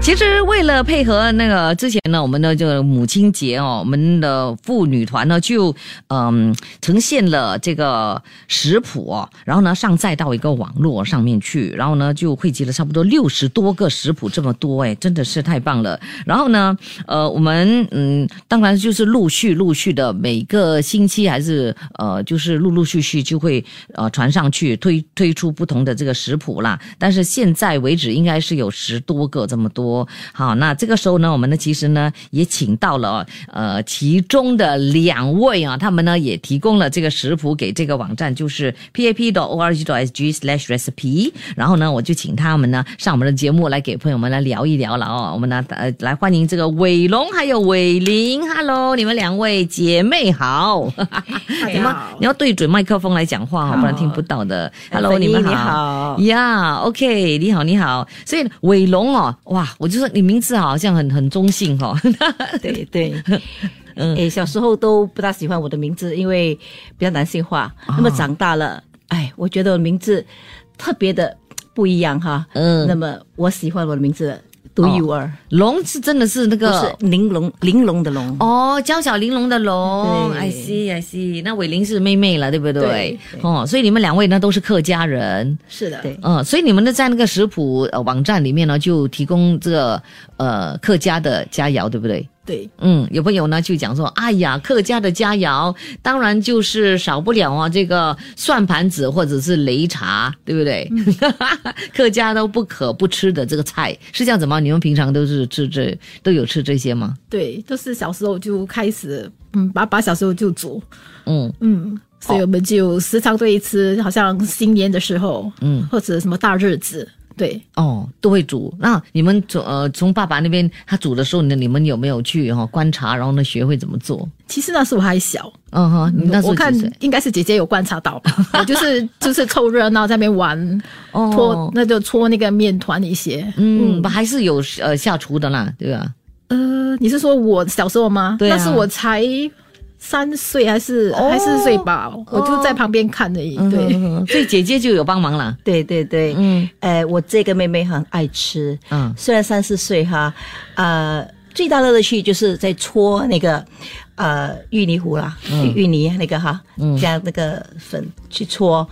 其实为了配合那个之前呢，我们的这个母亲节哦，我们的妇女团呢就嗯、呈现了这个食谱哦，然后呢上载到一个网络上面去，然后呢就汇集了差不多六十多个食谱，这么多哎，真的是太棒了。然后呢，呃，我们嗯，当然就是陆续陆续的每个星期还是呃，就是陆陆续续就会呃传上去推推出不同的这个食谱啦。但是现在为止应该是有十多个这么多。好，那这个时候呢，我们呢其实呢也请到了呃其中的两位啊，他们呢也提供了这个食谱给这个网站，就是 pap 的 org 的 sg slash recipe。然后呢，我就请他们呢上我们的节目来给朋友们来聊一聊了哦。我们呢呃来欢迎这个伟龙还有伟玲，Hello，你们两位姐妹好。啊你们好你要对准麦克风来讲话哦，不然听不到的。Hello，你们哎你好。好，呀、yeah,，OK，你好，你好。所以伟龙哦，哇，我就说你名字好像很很中性 哦。对对， 嗯诶，小时候都不大喜欢我的名字，因为比较男性化。啊那么长大了，哎，我觉得我的名字特别的不一样哈。嗯那么我喜欢我的名字独一无二，龙是真的是那不个是玲珑玲珑的珑。哦，娇小玲珑的珑对，I see I see。那伟玲是妹妹了，对不对？对对哦，所以你们两位呢都是客家人，是的，对，嗯，所以你们呢在那个食谱呃网站里面呢就提供这个呃客家的佳肴，对不对？对，嗯，有朋友呢就讲说，哎呀，客家的佳肴当然就是少不了啊，这个蒜盘子或者是擂茶，对不对？ 客家都不可不吃的这个菜是这样子吗？你们平常都是吃这都有吃这些吗？对，就是小时候就开始，嗯，爸爸小时候就煮，嗯嗯，所以我们就时常对吃，好像新年的时候，嗯，或者什么大日子，对，哦，都会煮。那你们从呃从爸爸那边他煮的时候呢，你们有没有去哈、哦、观察，然后呢学会怎么做？其实那时候还小，嗯哼，你那时我候看几岁？应该是姐姐有观察到 吧，我就是就是凑热闹在那边玩，哦搓那就搓那个面团一些，嗯，还是有呃下厨的啦，对吧？呃，你是说我小时候吗？对啊那是我才三岁还是、哦还四岁吧，我就在旁边看而已，嗯对。哼哼所以姐姐就有帮忙啦。对对对，嗯，哎，我这个妹妹很爱吃，嗯虽然三四岁哈，呃，最大的乐趣就是在搓那个呃芋泥糊啦，芋泥那个哈，加那个粉去搓，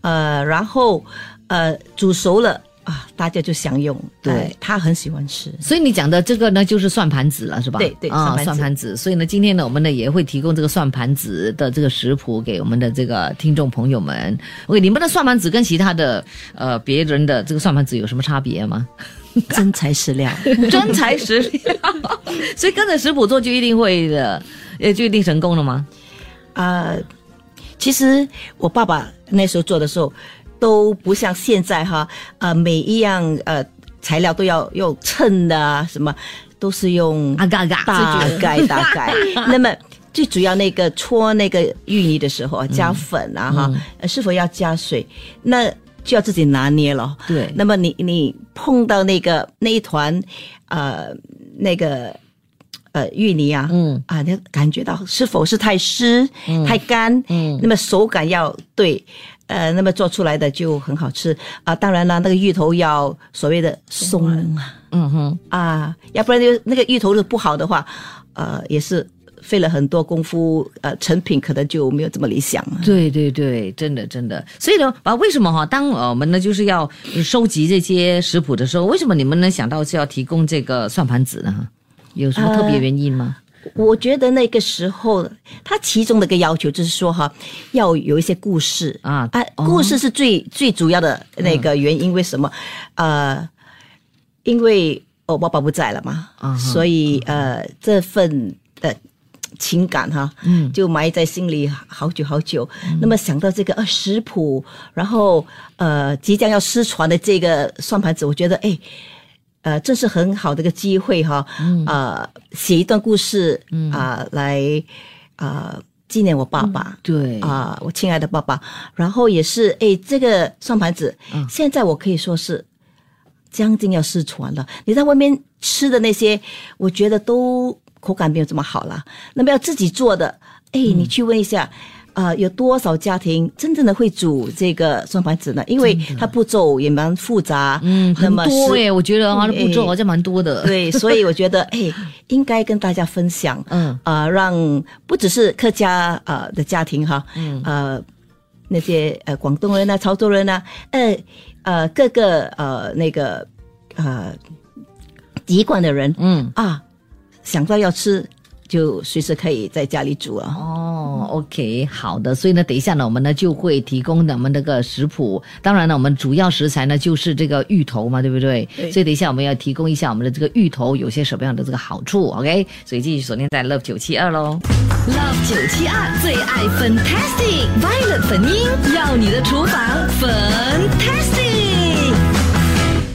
呃，然后呃煮熟了啊，大家就享用。对哎她很喜欢吃，所以你讲的这个呢，就是算盘子了，是吧？对对啊，算盘子算盘子。所以呢，今天呢，我们呢也会提供这个算盘子的这个食谱给我们的这个听众朋友们。OK，你们的算盘子跟其他的呃别人的这个算盘子有什么差别吗？ 真材实料。 真材实料， 所以跟着食谱做就一定会的，呃，就一定成功了吗？ 呃，其实我爸爸那时候做的时候，都不像现在哈，呃，每一样呃材料都要用称的啊，什么都是用啊嘎嘎，大概 大概。那么最主要那个搓那个芋泥的时候啊，加粉啊哈，嗯呃是否要加水，那就要自己拿捏了。对那么你你碰到那个那一团，呃，那个。呃，芋泥啊，嗯啊，你感觉到是否是太湿、太干，嗯那么手感要对，呃，那么做出来的就很好吃啊。当然啦，那个芋头要所谓的松啊，嗯哼，啊，要不然就那个芋头的不好的话，呃，也是费了很多功夫，呃，成品可能就没有这么理想了。对对对，真的真的。所以呢，啊，为什么哈？当呃我们呢就是要呃收集这些食谱的时候，为什么你们能想到是要提供这个算盘子呢？有什么特别原因吗？我觉得那个时候，它其中的一个要求就是说哈，要有一些故事啊啊，哦故事是最、最主要的那个原因。为什么？呃，因为我爸爸不在了嘛，啊哈所以呃，这份呃情感哈，嗯就埋在心里好久好久。那么想到这个呃食谱，然后呃即将要失传的这个算盘子，我觉得哎。呃，这是很好的一个机会哈，嗯呃，写一段故事啊、来啊、纪念我爸嗯爸，对啊、我亲爱的嗯爸爸，然后也是哎，这个算盘子，现在我可以说是将近要失传了。你在外面吃的那些，我觉得都口感没有这么好啦。那么要自己做的，哎，嗯你去问一下。啊、有多少家庭真正的会煮这个算盘子呢？因为它步骤也蛮复杂，嗯，那很么多食哎、我觉得啊，那步骤好像蛮多的。，对，所以我觉得， 哎，应该跟大家分享，嗯呃，让不只是客家呃的家庭哈，嗯，呃，那些呃广东人呐、潮州人呐、呃呃各个呃那个呃籍贯的人嗯，啊，想到要吃，就随时可以在家里煮啊。哦，OK，好的。所以呢，等一下呢，我们呢就会提供我们那个食谱。当然呢，我们主要食材呢就是这个芋头嘛，对不对？对所以等一下我们要提供一下我们的这个芋头有些什么样的这个好处，OK？所以继续锁定在 Love 九七二喽。 Love 九七二最爱 Fantastic Violet 粉音，要你的厨房 Fantastic。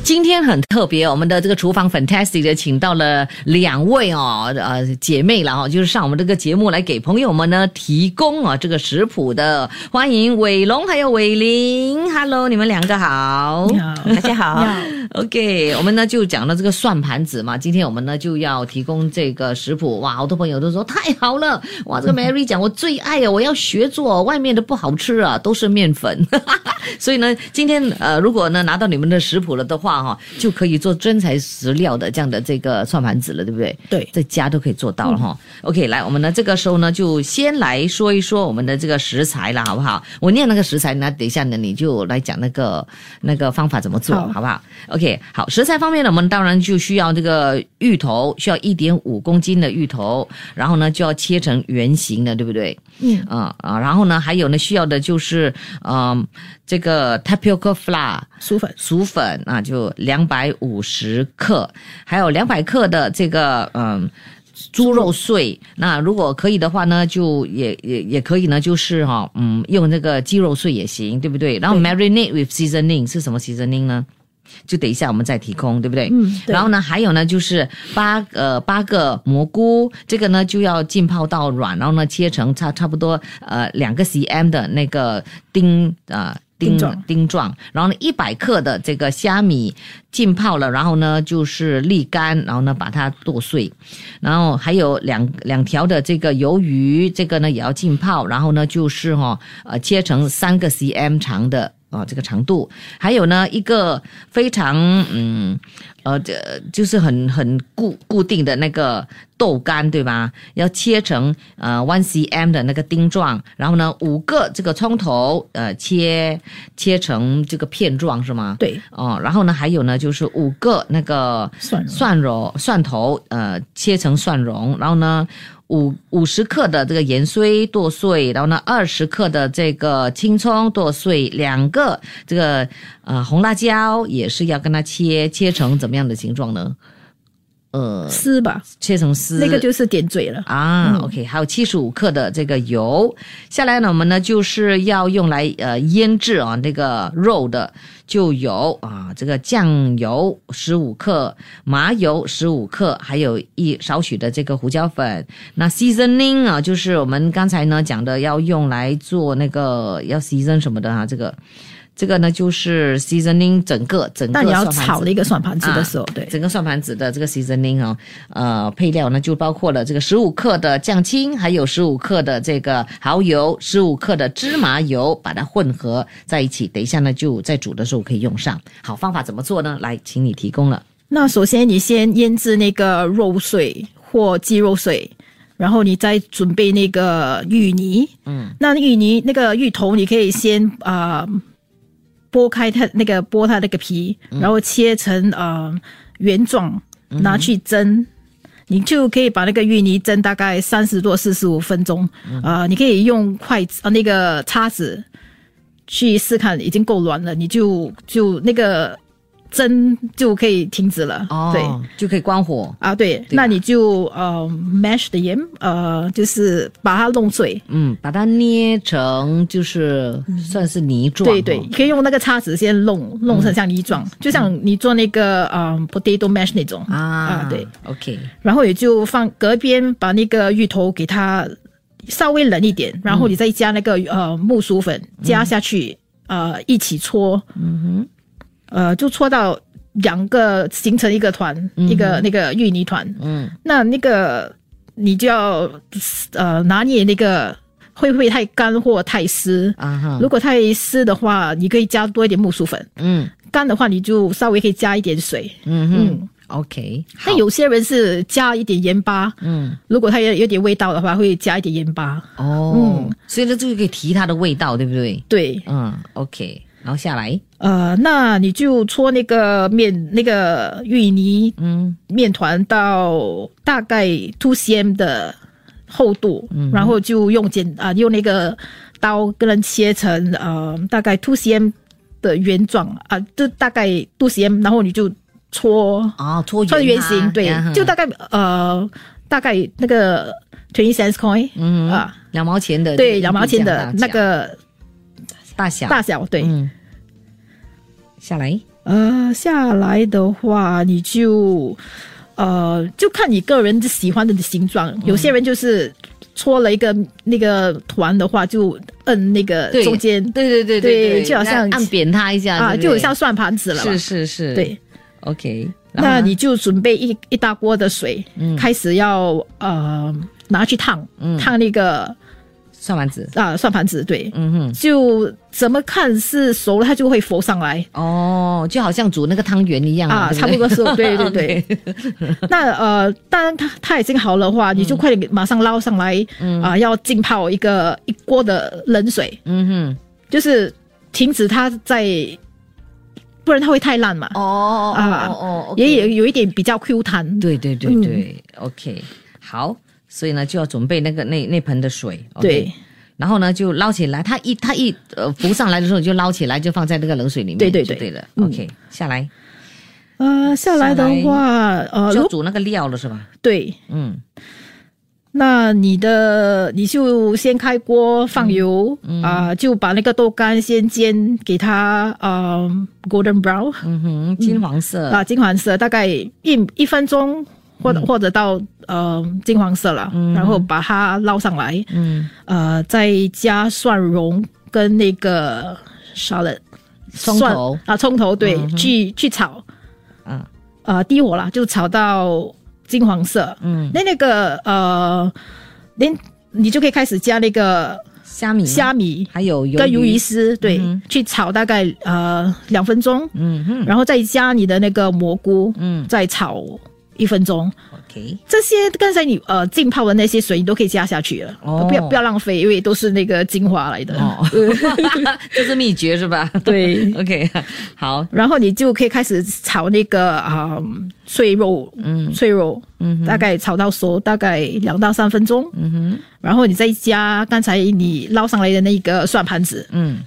今天很特别，我们的这个厨房 fantastic 的请到了两位哦，呃，姐妹了哈、哦，就是上我们这个节目来给朋友们呢提供啊这个食谱的。欢迎伟龙还有伟玲，Hello，你们两个好。你好， 大家好， OK，我们呢就讲到这个算盘子嘛，今天我们呢就要提供这个食谱。哇，好多朋友都说太好了，哇，这个 Mary 讲我最爱啊，我要学做，外面的不好吃啊，都是面粉。 所以呢，今天呃，如果呢拿到你们的食谱了的话哈、就可以做真材实料的这样的这个算盘子了，对不对？对在家都可以做到了哈。OK，来，我们呢这个时候呢就先来说一说我们的这个食材啦，好不好？我念那个食材呢，等一下呢你就来讲那个那个方法怎么做，好好不好？OK，好，食材方面呢，我们当然就需要这个芋头，需要一点五公斤的芋头，然后呢就要切成圆形的，对不对？嗯，啊、啊，然后呢还有呢需要的就是嗯、这个 tapioca flour。薯粉薯粉啊，就两百五十克，还有两百克的这个嗯。猪肉碎，那如果可以的话呢，就也也也可以呢，就是哈、嗯，用那个鸡肉碎也行，对不对？然后 marinate with seasoning 是什么 seasoning 呢？就等一下我们再提供，对不对？嗯对然后呢，还有呢，就是八呃八个蘑菇，这个呢就要浸泡到软，然后呢切成差差不多呃两个 cm 的那个丁啊。丁丁状丁状，然后呢，一百克的这个虾米浸泡了，然后呢就是沥干，然后呢把它剁碎，然后还有两两条的这个鱿鱼，这个呢也要浸泡，然后呢就是哈、呃切成三个 cm 长的啊、这个长度，还有呢一个非常嗯呃这就是很很固固定的那个豆干对吧？要切成呃 one cm 的那个丁状，然后呢五个这个葱头呃切切成这个片状是吗？。对，哦，然后呢，还有呢，就是五个那个蒜蓉蒜蓉蒜头，呃，切成蒜蓉，然后呢，五五十克的这个盐碎剁碎，然后呢，二十克的这个青葱剁碎，两个这个呃红辣椒也是要跟它切切成怎么样的形状呢？呃，丝吧，切成丝，那个就是点缀了。嗯啊、o k 还有七十五克的这个油，下来呢，我们呢就是要用来呃腌制啊那个肉的，就有啊这个酱油十五克，麻油十五克，还有一少许的这个胡椒粉。那 seasoning 啊，就是我们刚才呢讲的要用来做那个要 season 什么的哈、啊这个这个呢就是 seasoning 整个整个但你要算盘炒子啊那个蒜盘子的时候，对，整个算盘子的这个 seasoning 哦，呃，配料呢就包括了这个十五克的酱青，还有十五克的这个蚝油，十五克的芝麻油，把它混合在一起。等一下呢，就在煮的时候可以用上。好，方法怎么做呢？来，请你提供了。那首先你先腌制那个肉碎或鸡肉碎，然后你再准备那个芋泥。嗯，那芋泥那个芋头，你可以先啊、呃剥开它那个剥它那个皮，然后切成呃圆状，拿去蒸。你就可以把那个芋泥蒸大概三十多四十五分钟，呃，你可以用筷子呃那个叉子去试看，已经够软了，你就就那个蒸就可以停止了。哦对，就可以关火。啊，对，吧那你就呃 mash 的盐，呃，就是把它弄碎。嗯，把它捏成就是算是泥状、哦对对，可以用那个叉子先弄弄成像泥状，就像你做那个呃 potato mash 那种啊对， ，OK，然后也就放隔边把那个芋头给它稍微冷一点，然后你再加那个、呃木薯嗯粉加下去，呃一起搓，嗯哼，呃就搓到两个形成一个团，一个那个芋泥团。嗯，那那个你就要呃拿捏那个会不会太干或太湿。啊哈，如果太湿的话，你可以加多一点木薯粉；嗯干的话，你就稍微可以加一点水。嗯哼，OK，但好有些人是加一点盐巴，嗯如果它也有点味道的话，会加一点盐巴。哦，所以呢，就可以提它的味道，对不对？对，嗯，OK，然后下来，呃，那你就搓那个面那个芋泥嗯面团到大概 two cm 的厚度，然后就用剪啊、用那个刀跟人切成呃大概 two cm 的圆状啊、就大概 two cm，然后你就搓啊，搓搓圆形，对，就大大概呃大概那个 twenty cents coin 嗯啊，两毛钱的，对，两毛钱的那个大小，大小，对，嗯，下来，呃，下来的话，你就呃，就看你个人喜欢的形状。有些人就是搓了一个那个团的话，就摁那个对中间对对对对，按扁它一下啊，就很像算盘子了嘛。是是是，对， ，OK，那你就准备一一大锅的水，嗯开始要呃拿去烫，嗯烫那个算丸子，啊、算盘子，对，嗯哼，就怎么看是熟了，它就会浮上来。哦，就好像煮那个汤圆一样啊，对差不 对多是，对对对。那呃，当然它它已经好了的话，你就快点马上捞上来，啊、要浸泡一个一锅的冷水，嗯就是停止它在，不然它会太烂嘛。哼，哦啊哦哦，也有有一点比较 Q 弹，对对对对、o k 好，所以呢就要准备那个那那盆的水，OK 对然后呢就捞起来，它一它一呃浮上来的时候你就捞起来，就放在那个冷水里面，对对就对对了、嗯 o k 下来呃，下来的话，呃，就如要煮那个料了是吧？对，嗯那你的你就先开锅放油嗯啊、就把那个豆干先煎，给它呃 golden brown，嗯哼，金黄色，啊，金黄色，大概一一分钟或嗯者、或者到呃金黄色了，然后把它捞上来，嗯，呃，再加蒜蓉跟那个沙律，葱蒜头嗯啊，葱头对，去去炒，啊，呃，低火啦，就炒到金黄色，嗯，那那个呃，连你就可以开始加那个虾米，虾米。还有鱿跟鱿鱼鱼，丝对、嗯去炒大概呃两分钟，嗯哼然后再加你的那个蘑菇，嗯再炒一分钟。 ，OK，这些刚才你呃浸泡的那些水，你都可以加下去了，哦不要不要浪费，因为都是那个精华来的。哦， 这是秘诀是吧？嗯 对， ，OK，好，然后你就可以开始炒那个啊、嗯碎肉，嗯碎肉，嗯大概炒到熟，大概两到三分钟。嗯哼，然后你再加刚才你捞上来的那个蒜盘子嗯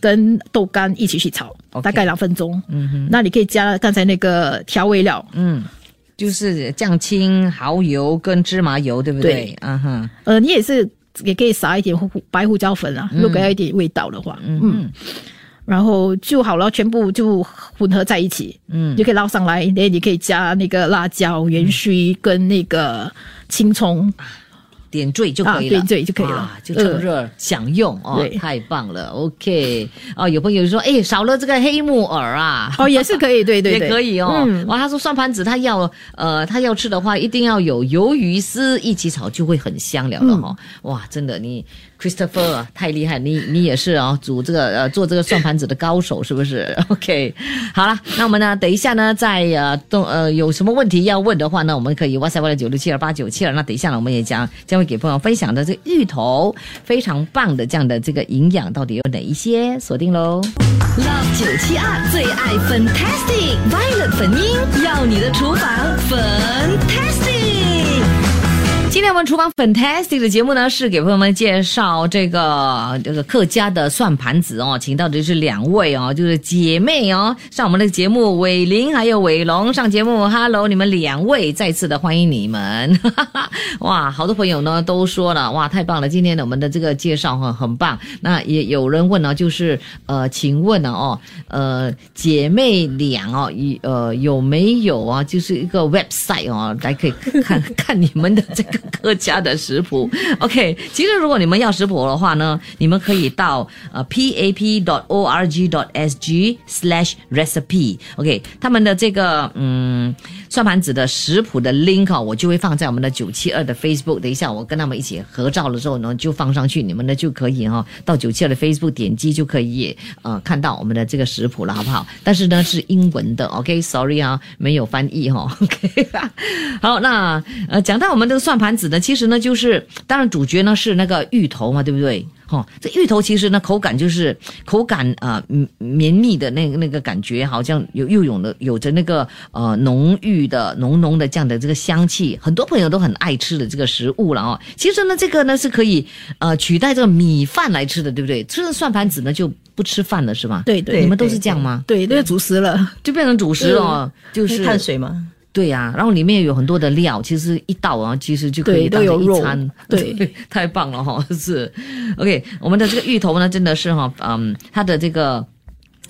跟豆干一起去炒 OK 大概两分钟。嗯哼。那你可以加刚才那个调味料，嗯，就是酱青、蚝油跟芝麻油，对不对？对啊哈，呃，你也是也可以撒一点胡白胡椒粉啊，如果要一点味道的话，嗯嗯然后就好了，全部就混合在一起，嗯你就可以捞上来，然后你可以加那个辣椒、元须跟那个青葱，嗯点缀就可以了，啊点缀就可以了嗯哇就趁热享用哦对，太棒了，OK。哦，有朋友说，哎，少了这个黑木耳 啊。哦，也是可以，对对也对，可以哦，嗯，哇！他说算盘子他要，呃，他要吃的话，一定要有鱿鱼丝一起炒，就会很香了了哈、嗯哇，真的，你 Christopher 啊太厉害，你你也是啊、煮这个呃做这个算盘子的高手是不是 ？OK，好了，那我们呢，等一下呢，在呃动呃有什么问题要问的话呢，我们可以哇塞哇的九六七二八九七二。那等一下呢，我们也将将会给朋友分享的这个芋头非常棒的这样的这个营养到底有哪一些，锁定喽。 Love 九七二最爱 Fantastic Violet 粉音，要你的厨房 Fantastic。今天我们厨房 Fantastic 的节目呢，是给朋友们介绍这个这个客家的算盘子哦，请到的是两位哦，就是姐妹哦，上我们的节目，伟玲还有伟龙上节目，Hello，你们两位再次的欢迎你们， 哇，好多朋友呢都说了，哇，太棒了，今天呢我们的这个介绍很很棒，那也有人问呢，啊就是呃，请问呢哦，呃，姐妹俩哦，一呃有没有啊，就是一个 website 哦，来可以看看你们的这个客家的食谱。OK，其 实如果你们要食谱的话呢，你们可以到呃 pap dot org dot sg slash recipe。OK，他们的这个嗯算盘子的食谱的 link 哦，我就会放在我们的九七二的 Facebook。等一下我跟他们一起合照的时候呢，就放上去，你们呢就可以哈、哦，到九七二的 Facebook 点击就可以呃看到我们的这个食谱了，好不好？但是呢是英文的，OK，sorry、啊，没有翻译哈、 哦、，OK 好，那呃，讲到我们这个算盘子呢，其实呢就是，当然主角呢是那个芋头嘛，对不对？哦，这芋头其实呢口感就是口感啊、呃、绵密的那个那个感觉，好像有又有了有着那个呃浓郁的浓浓的这样的这个香气，很多朋友都很爱吃的这个食物了哦。其实呢，这个呢是可以呃取代这个米饭来吃的，对不对？吃了算盘子呢就不吃饭了是吗？对对你们都是这样吗？对，那个主食了。就变成主食嗯哦，就因是为碳水嘛。对呀、然后里面有很多的料，其实一道啊，其实就可以对都有当成一肉餐， 对太棒了哈、是，OK，我们的这个芋头呢，真的是哈、嗯，它的这个。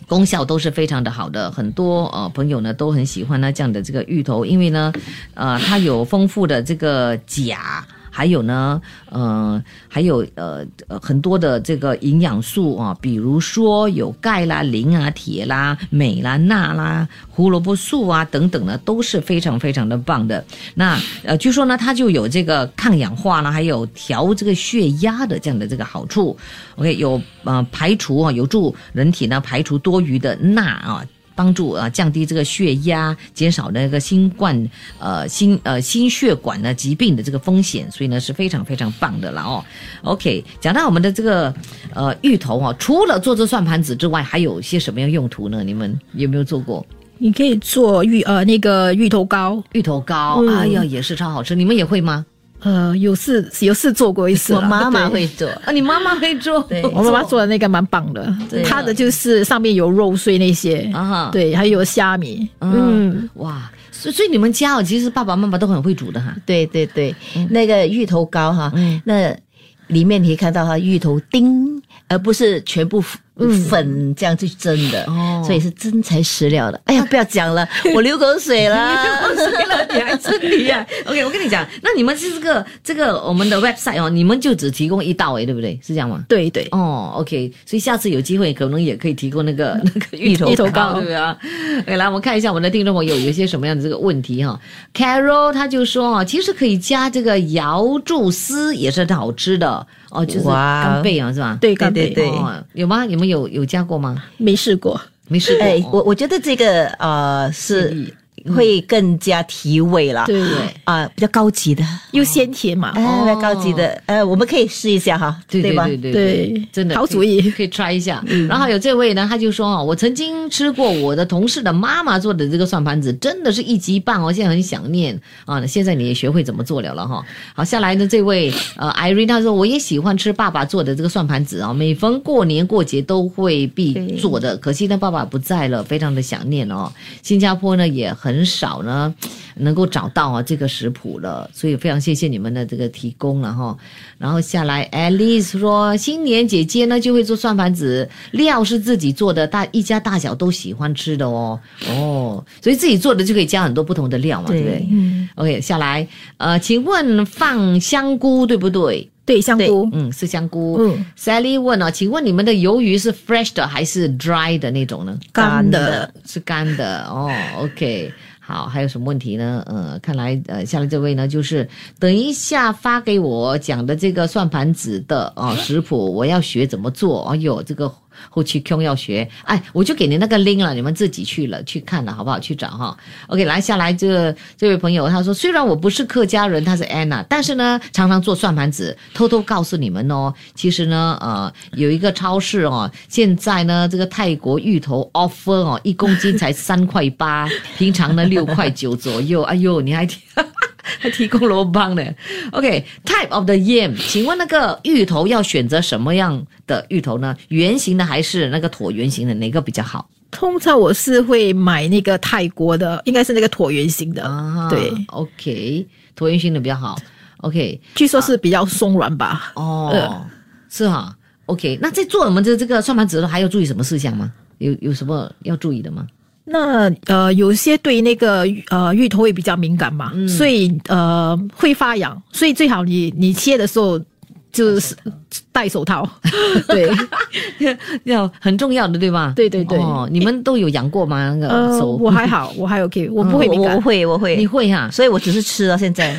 功效都是非常的好的，很多呃朋友呢都很喜欢呢这样的这个芋头，因为呢，呃，它有丰富的这个钾，还有呢，呃，还有呃呃很多的这个营养素啊，比如说有钙啦、磷啊、铁啦、镁啦、钠啦、胡萝卜素啊等等呢，都是非常非常的棒的。那呃，据说呢，它就有这个抗氧化啦，还有调这个血压的这样的这个好处。OK，有呃排除啊，有助人体呢排除多余的钠啊。帮助啊降低这个血压，减少那个新冠呃心呃心血管呢疾病的这个风险，所以呢是非常非常棒的了哦。OK，讲到我们的这个呃芋头哦，除了做这算盘子之外，还有些什么样用途呢？你们有没有做过你可以做芋呃那个芋头糕，芋头糕？嗯哎呀，也是超好吃，你们也会吗？呃有事有事做过一次啦，我妈妈对会做，啊，你妈妈会做，对 我妈妈做的那个蛮棒的对，她的就是上面有肉碎那些啊哈，对，还有虾米，嗯嗯，哇，所以所以你们家哦，其实爸爸妈妈都很会煮的哈。对对对，那个芋头糕哈，嗯那里面你可以看到它芋头丁，而不是全部粉嗯粉这样去蒸的，哦所以是真材实料的。哎呀，不要讲了，我流口水了。对 了，你还真厉害。OK，我跟你讲，那你们是这个这个我们的 website 哦，你们就只提供一道诶，对不对？是这样吗？对对，哦，OK，所以下次有机会可能也可以提供那个那个芋头芋头糕，糕对不对啊？OK，来我们看一下我们的听众朋友有一些什么样的这个问题哈、Carol 他就说哦，其实可以加这个瑶柱丝也是很好吃的哦，就是哇干贝啊，是吧？对干对贝对对哦，有吗？你们有有加过吗？没试过，没试过。哎，哦我我觉得这个呃是会更加提味了，对，哎啊、比较高级的，又鲜甜嘛，哎，比较高级的，呃，我们可以试一下哈，对对吧？对对对真的好可以主意嗯可以 try 一下。然后有这位呢，他就说哦，我曾经吃过我的同事的妈妈做的这个算盘子，真的是一级棒哦，现在很想念啊。现在你也学会怎么做了了哈。好，下来呢，这位呃 Irene 她说我也喜欢吃爸爸做的这个算盘子啊，每逢过年过节都会必做的，可惜呢爸爸不在了，非常的想念哦。新加坡呢也很少呢能够找到啊这个食谱了，所以非常谢谢你们的这个提供了哈。然后下来，Alice 说，新年姐姐呢就会做算盘子，料是自己做的，大一家大小都喜欢吃的哦。哦，所以自己做的就可以加很多不同的料嘛，对对不对？OK，下来，呃，请问放香菇对不对？对香菇，嗯，是香菇。嗯 Sally 问哦，请问你们的鱿鱼是 fresh 的还是 dry 的那种呢？干干的的，是干的哦。OK，好，还有什么问题呢？呃，看来呃，下来这位呢，就是等一下发给我讲的这个算盘子的哦食谱，我要学怎么做。哎呦，这个后期 Q 要学，哎，我就给你那个 link 了，你们自己去了去看了好不好？去找哈。OK，来下来这个这位朋友他说，虽然我不是客家人，他是 Anna，但是呢，常常做算盘子。偷偷告诉你们哦，其实呢，呃，有一个超市哦，现在呢，这个泰国芋头 offer 哦，一公斤才三块八，平常呢六块九左右。哎呦，你还提 还提供罗邦呢？OK，type、of the yam，请问那个芋头要选择什么样的芋头呢？圆形的还是那个椭圆形的，哪个比较好？通常我是会买那个泰国的，应该是那个椭圆形的，啊，对， ，OK，椭圆形的比较好。OK，据说是比较松软吧。哦，呃是哈、OK，那在做我们的这个算盘子的时候，还要注意什么事项吗？有有什么要注意的吗？那呃，有些对那个呃芋头会比较敏感嘛，所以呃会发痒，所以最好你你切的时候就是戴手套。 对，要很重要的，对吧？对对对哦，你们都有养过吗？那个呃，手，我还好，我还 OK，我哦不会敏我感我。会我会你，会哈、所以我只是吃哦到现在，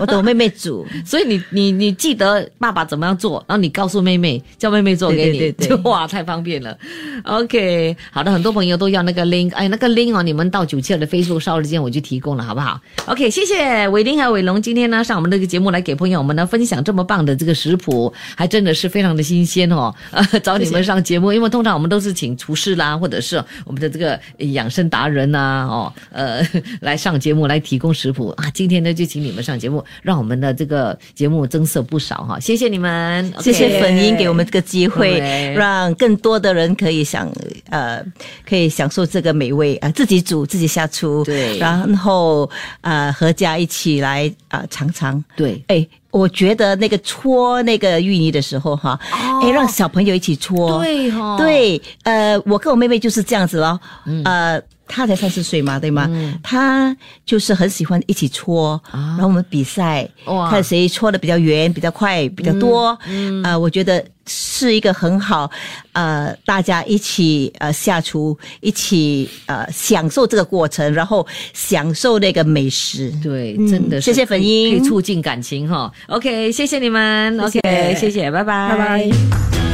我等我妹妹煮。所以你你你记得爸爸怎么样做，然后你告诉妹妹，叫妹妹做给你，对对对对就 哇，太方便了。OK，好的，很多朋友都要那个 link，哎，那个 link 哦，你们到九七二的 Facebook 稍后之间我就提供了，好不好？OK，谢谢伟林还有伟龙，今天呢上我们这个节目来给朋友们呢分享这么棒的这个食谱，还真的是非常的新鲜哦。 呃，找你们上节目，因为通常我们都是请厨师啦，或者是我们的这个养生达人呐、哦，呃，来上节目来提供食谱啊。今天呢就请你们上节目，让我们的这个节目增色不少哈、谢谢你们，谢谢 OK 粉英给我们这个机会对，让更多的人可以享呃可以享受这个美味啊、呃自己煮自己下厨，对然后呃合家一起来啊、呃尝尝。对。哎，我觉得那个搓那个芋泥的时候哈，哎、让小朋友一起搓，哦对哦对，呃，我跟我妹妹就是这样子咯，嗯呃。她才三十岁嘛，对吗？她就是很喜欢一起搓，啊然后我们比赛，哇看谁搓的比较圆、比较快、比较多。嗯，呃，我觉得是一个很好，呃，大家一起呃下厨，一起呃享受这个过程，然后享受那个美食。对，嗯真的是谢谢粉英可以促进感情哈。OK，谢谢你们，OK，谢谢，拜拜，拜拜。。